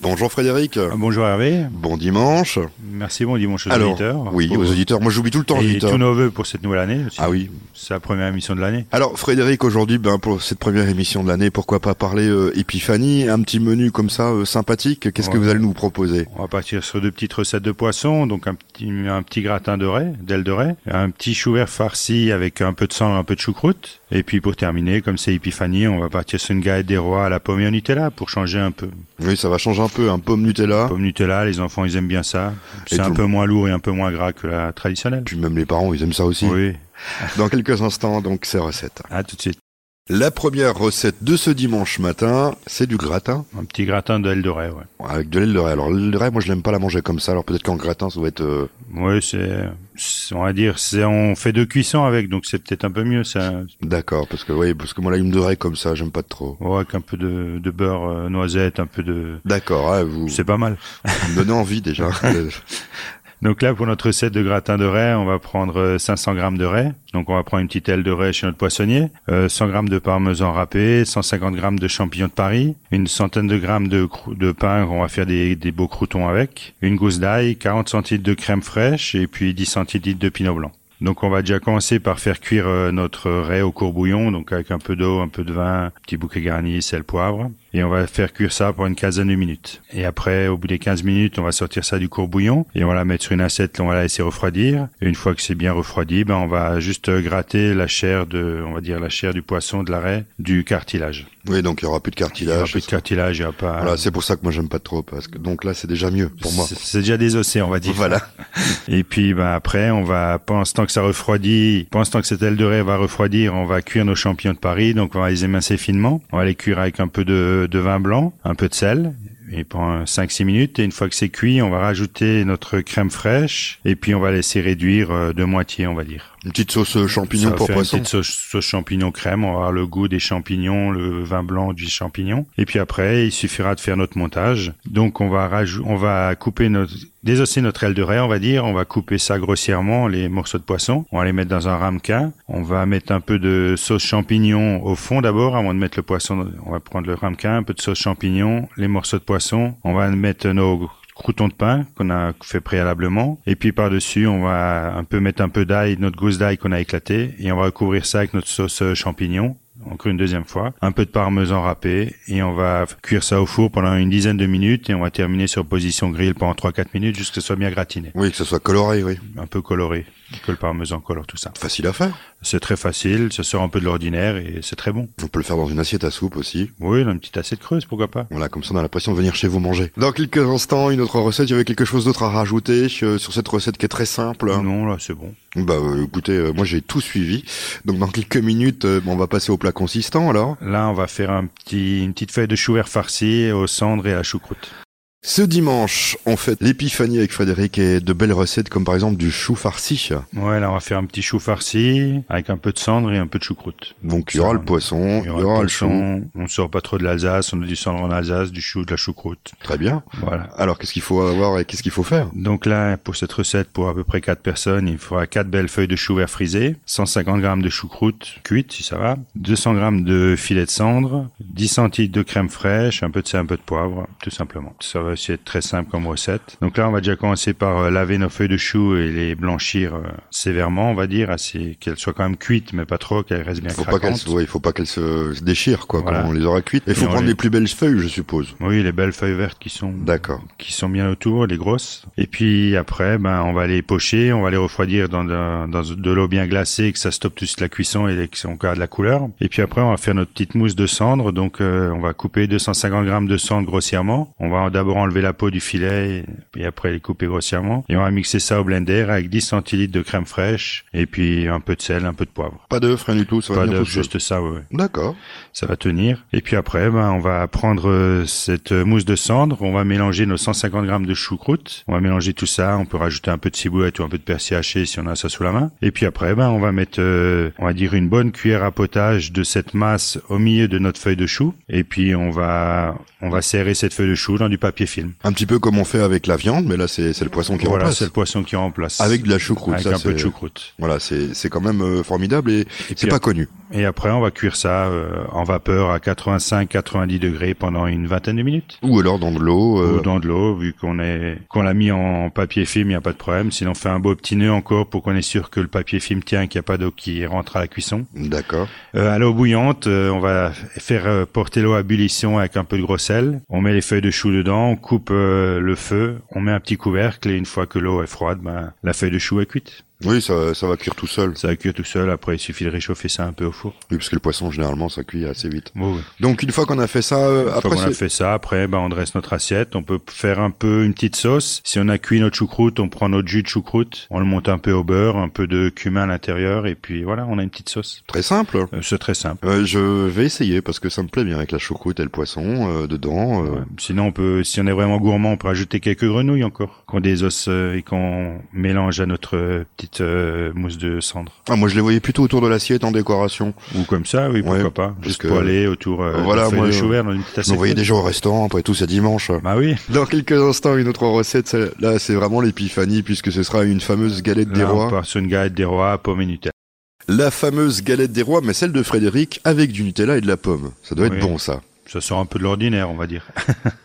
Bonjour Frédéric. Euh, Bonjour Hervé. Bon dimanche. Merci, bon dimanche aux Alors, auditeurs. Oui, aux auditeurs. Moi, j'oublie tout le temps les Ah, oh. Et auditeurs. tous nos voeux pour cette nouvelle année. aussi. Ah oui. C'est la première émission de l'année. Alors, Frédéric, aujourd'hui, ben, pour cette première émission de l'année, pourquoi pas parler euh, épiphanie, un petit menu comme ça, euh, sympathique. Qu'est-ce que Ouais. vous allez nous proposer On va partir sur deux petites recettes de poisson, donc un petit, un petit gratin de raie, d'aile de raie, un petit chou vert farci avec un peu de sang, un peu de choucroute. Et puis pour terminer, comme c'est Épiphanie, on va partir sur une galette des rois à la pomme et au Nutella pour changer un peu. Oui, ça va changer un peu, un pomme Nutella. Pomme Nutella, les enfants, ils aiment bien ça. Ah. Et C'est un tout- peu moins lourd et un peu moins gras que la traditionnelle. Puis même les parents, ils aiment ça aussi. Oui, Dans quelques instants, donc, ces recettes. à tout de suite. La première recette de ce dimanche matin, c'est du gratin Un petit gratin d'aile de raie, ouais. avec de l'aile de raie. Alors, l'aile de raie, moi, je l'aime pas la manger comme ça. Alors, peut-être qu'en gratin, ça doit être... euh, Oui, c'est, c'est- on va dire, c'est, on fait deux cuissons avec, donc c'est peut-être un peu mieux, ça. D'accord, parce que oui, parce que moi, l'aile de raie comme ça, j'aime pas trop. Ouais, avec un peu de, de beurre euh, noisette, un peu de, D'accord, ah, vous c'est pas mal. me donnez envie déjà. Donc là, pour notre recette de gratin de raie, on va prendre euh, 500 grammes de raie. Donc on va prendre une petite aile de raie chez notre poissonnier, euh, 100 grammes de parmesan râpé, 150 grammes de champignons de Paris, une centaine de grammes de, crou- de pain, on va faire des, des beaux croutons avec, une gousse d'ail, 40 centilitres de crème fraîche et puis 10 centilitres de pinot blanc. Donc on va déjà commencer par faire cuire euh, notre raie au courbouillon, donc avec un peu d'eau, un peu de vin, petit bouquet garni, sel, poivre. Et on va faire cuire ça pour une quinzaine de minutes. Et après, au bout des 15 minutes, on va sortir ça du courbouillon et on va la mettre sur une assiette, on va la laisser refroidir. Et une fois que c'est bien refroidi, ben on va juste euh, gratter la chair de, on va dire la chair du poisson, de la raie, du cartilage. oui, donc il y aura plus de Il y aura cartilage. plus de cartilage, il y aura pas. Voilà, c'est pour ça que moi j'aime pas trop parce que donc là c'est déjà mieux pour moi. C'est- C'est déjà des océans, on va dire. Voilà. Et puis ben, après, on va, pendant ce temps que ça refroidit, pendant ce temps que cette aile de raie va refroidir, on va cuire nos champignons de Paris. Donc on va les émincer finement. On va les cuire avec un peu de, de vin blanc, un peu de sel. Et pendant 5-6 minutes, et une fois que c'est cuit, on va rajouter notre crème fraîche. Et puis on va laisser réduire euh, de moitié, on va dire. Une petite sauce euh, Ça champignon va pour faire une poisson. petite sauce, sauce champignon crème. On va avoir le goût des champignons, le vin blanc du champignon. Et puis après, il suffira de faire notre montage. Donc on va rajou- on va couper notre désosser notre aile de raie, on va dire. On va couper ça grossièrement, les morceaux de poisson. On va les mettre dans un ramequin. On va mettre un peu de sauce champignon au fond d'abord, avant de mettre le poisson. dans- On va prendre le ramequin, un peu de sauce champignon, les morceaux de poisson. On va mettre nos croûtons de pain qu'on a fait préalablement et puis par-dessus on va un peu mettre un peu d'ail notre gousse d'ail qu'on a éclatée et on va recouvrir ça avec notre sauce euh, champignon encore une deuxième fois, un peu de parmesan râpé et on va cuire ça au four pendant une dizaine de minutes et on va terminer sur position grill pendant 3-4 minutes jusqu'à ce que ce soit bien gratiné, Oui, que ce soit coloré, oui. un peu coloré, que le parmesan colore tout ça. Facile à faire. C'est très facile, ça sort un peu de l'ordinaire et c'est très bon. On peut le faire dans une assiette à soupe aussi. Oui, dans une petite assiette creuse, pourquoi pas. Voilà, comme ça on a l'impression de venir chez vous manger. Dans quelques instants, une autre recette. Il y avait quelque chose d'autre à rajouter euh, sur cette recette qui est très simple. hein. Non, là c'est bon. Bah euh, écoutez, euh, moi j'ai tout suivi. Donc dans quelques minutes, euh, on va passer au plat consistant alors. Là on va faire un petit, une petite feuille de chou vert farci au cendre et à la choucroute. Ce dimanche, on fête l'épiphanie avec Frédéric et de belles recettes comme par exemple du chou farci. Ouais, là, on va faire un petit chou farci avec un peu de cendre et un peu de choucroute. Donc il y aura le poisson, il y aura le chou. poisson. On sort pas trop de l'Alsace, on a du cendre en Alsace, du chou, de la choucroute. Très bien. Voilà. Alors, qu'est-ce qu'il faut avoir et qu'est-ce qu'il faut faire Donc là, pour cette recette, pour à peu près quatre personnes, il faudra quatre belles feuilles de chou vert frisé, 150 grammes de choucroute cuite, si ça va, 200 grammes de filet de cendre, 10 centilitres de crème fraîche, un peu de sel, un peu de poivre, tout simplement. Ça va aussi être très simple comme recette. Donc là, on va déjà commencer par euh, laver nos feuilles de chou et les blanchir euh, sévèrement, on va dire, assez qu'elles soient quand même cuites, mais pas trop, qu'elles restent bien Il faut pas craquantes. qu'elle, se- ouais, il faut pas qu'elle se, se déchire, quoi. Voilà. Quand on les aura cuites. Il faut on prendre les- les plus belles feuilles, je suppose. Oui, les belles feuilles vertes qui sont D'accord. qui sont bien autour, les grosses. Et puis après, ben, on va les pocher, on va les refroidir dans de, dans de l'eau bien glacée, que ça stoppe toute la cuisson et qu'on garde la couleur. Et puis après, on va faire notre petite mousse de cendre. Donc, euh, on va couper 250 grammes de cendre grossièrement. On va d'abord enlever la peau du filet et, et après les couper grossièrement. Et on va mixer ça au blender avec 10 centilitres de crème fraîche et puis un peu de sel, un peu de poivre. Pas d'œufs, rien du tout. Ça va Pas bien de tout seul. juste ça, ouais. ouais D'accord. ça va tenir. Et puis après, ben, on va prendre euh, cette euh, mousse de cendre, on va mélanger nos 150 grammes de choucroute, on va mélanger tout ça, on peut rajouter un peu de ciboulette ou un peu de persil haché si on a ça sous la main. Et puis après, ben, on va mettre, euh, on va dire une bonne cuillère à potage de cette masse au milieu de notre feuille de chou. Et puis on va, on va serrer cette feuille de chou dans du papier film. Un petit peu comme on fait avec la viande, mais là c'est c'est le poisson qui voilà, remplace. c'est le poisson qui remplace. Avec de la choucroute, Avec ça, un peu de c'est- choucroute. Voilà, c'est c'est quand même euh, formidable et Et c'est puis, pas connu. et après, on va cuire ça euh, en vapeur à 85-90 degrés pendant une vingtaine de minutes. Ou alors dans de l'eau. euh, Ou dans de l'eau, vu qu'on est qu'on l'a mis en papier film, il n'y a pas de problème. Sinon, on fait un beau petit nœud encore pour qu'on est sûr que le papier film tient, qu'il n'y a pas d'eau qui rentre à la cuisson. D'accord. Euh, à l'eau bouillante, euh, on va faire euh, porter l'eau à ébullition avec un peu de gros sel. On met les feuilles de chou dedans, on coupe euh, le feu, on met un petit couvercle et une fois que l'eau est froide, ben, la feuille de chou est cuite. Oui, ça ça va cuire tout seul. Ça va cuire tout seul, après il suffit de réchauffer ça un peu au four. Oui, parce que le poisson généralement ça cuit assez vite. Oui, oui. Donc une fois qu'on a fait ça, euh, Une fois après qu'on a c'est- fait ça, après ben, on dresse notre assiette, on peut faire un peu une petite sauce. Si on a cuit notre choucroute, on prend notre jus de choucroute, on le monte un peu au beurre, un peu de cumin à l'intérieur et puis voilà, on a une petite sauce. très simple. Euh, C'est très simple. Euh, je vais essayer parce que ça me plaît bien avec la choucroute et le poisson euh, dedans. euh, Ouais. Sinon, on peut, si on est vraiment gourmand, on peut ajouter quelques grenouilles encore, qu'on désosse euh, et qu'on mélange à notre euh, petite euh, mousse de cendre. Ah, moi je les voyais plutôt autour de l'assiette en décoration. Ou comme ça, oui, pourquoi Ouais, pas. Juste que- pour aller autour euh, Voilà, voilà, moi, de euh, chou vert dans une petite Je me assiette. voyais déjà au restaurant, après tout c'est dimanche. Bah oui, Dans quelques instants, une autre recette, celle- là c'est vraiment l'épiphanie puisque ce sera une fameuse galette des là, on rois. part sur une galette des rois, pommes et Nutella. La fameuse galette des rois, mais celle de Frédéric avec du Nutella et de la pomme. Ça doit être Oui. bon ça. Ça sort un peu de l'ordinaire, on va dire.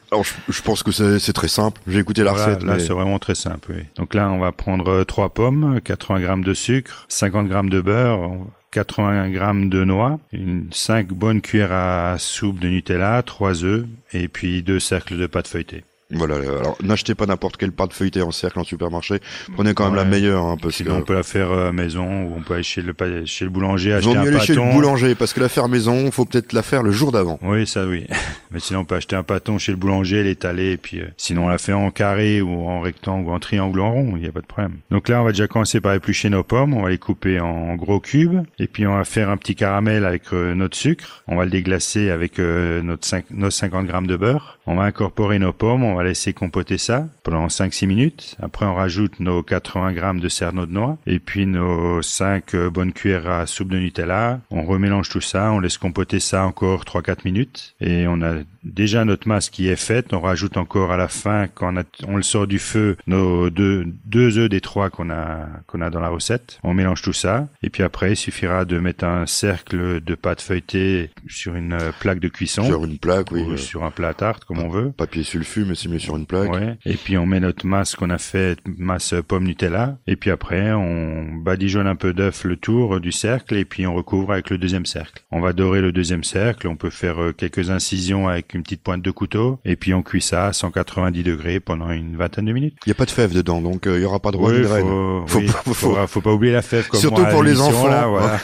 Alors je, je pense que c'est c'est très simple, j'ai écouté la Voilà, recette. là, mais- c'est vraiment très simple. oui. Donc là, on va prendre euh, trois pommes, 80 grammes de sucre, 50 grammes de beurre, on- 80 grammes de noix, une 5 bonnes cuillères à soupe de Nutella, trois œufs et puis deux cercles de pâte feuilletée. Voilà, alors n'achetez pas n'importe quelle pâte feuilletée en cercle en supermarché, prenez quand même Ouais. la meilleure hein, parce Sinon, on peut la faire euh, maison ou on peut aller chez le, pa- chez le boulanger que acheter vaut mieux un aller chez le pâton. boulanger parce que la faire maison, faut peut-être la faire le jour d'avant. Oui, ça oui. Mais sinon, on peut acheter un pâton chez le boulanger, l'étaler, et puis euh, sinon, on la fait en carré ou en rectangle ou en triangle ou en rond, il n'y a pas de problème. Donc là, on va déjà commencer par éplucher nos pommes, on va les couper en gros cubes, et puis on va faire un petit caramel avec euh, notre sucre, on va le déglacer avec euh, notre cinq- nos 50 grammes de beurre, on va incorporer nos pommes, on va laisser compoter ça pendant 5-6 minutes, après on rajoute nos 80 grammes de cerneau de noix, et puis nos 5 bonnes cuillères à soupe de Nutella, on remélange tout ça, on laisse compoter ça encore 3-4 minutes, et on a déjà notre masse qui est faite, on rajoute encore à la fin, quand on, a- on le sort du feu, nos deux, deux œufs des trois qu'on a, qu'on a dans la recette, on mélange tout ça, et puis après il suffira de mettre un cercle de pâte feuilletée sur une euh, plaque de cuisson, Sur une plaque, oui. ou euh, ah. sur un plat à tarte comme on veut. Papier sulfu, mais c'est mieux sur une plaque. Ouais. Et puis on met notre masse qu'on a fait, masse pomme Nutella. Et puis après, on badigeonne un peu d'œuf le tour du cercle et puis on recouvre avec le deuxième cercle. On va dorer le deuxième cercle. On peut faire euh, quelques incisions avec une petite pointe de couteau. Et puis on cuit ça à 190 degrés pendant une vingtaine de minutes. Il y a pas de fèves dedans, donc euh, il y aura pas de roi ni de reine. faut, Faut oui, pas- faut- faudra- faut pas oublier la fève. comme Surtout moi à pour les l'émission, enfants. Là, voilà.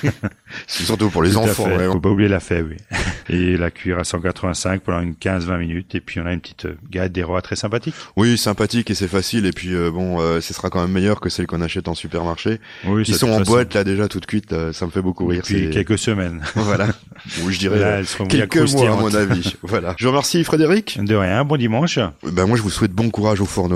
Surtout pour les Tout à enfants. fait. ouais. Faut pas oublier la fève, oui. Et la cuire à 185 pendant une 15-20 minutes. Et puis on a une petite euh, galette des rois très sympathique. Oui, sympathique et c'est facile. Et puis euh, bon, euh, ce sera quand même meilleur que celle qu'on achète en supermarché. Oui, Ils ça, sont de en toute façon, boîte là déjà tout de suite. euh, ça me fait beaucoup rire. Depuis c'est- quelques semaines. Voilà. Ou je dirais Là, euh, elles seront bien quelques mois à croustillantes. mon avis. voilà. Je vous remercie Frédéric. De rien, bon dimanche. Ben moi je vous souhaite bon courage au fourneau.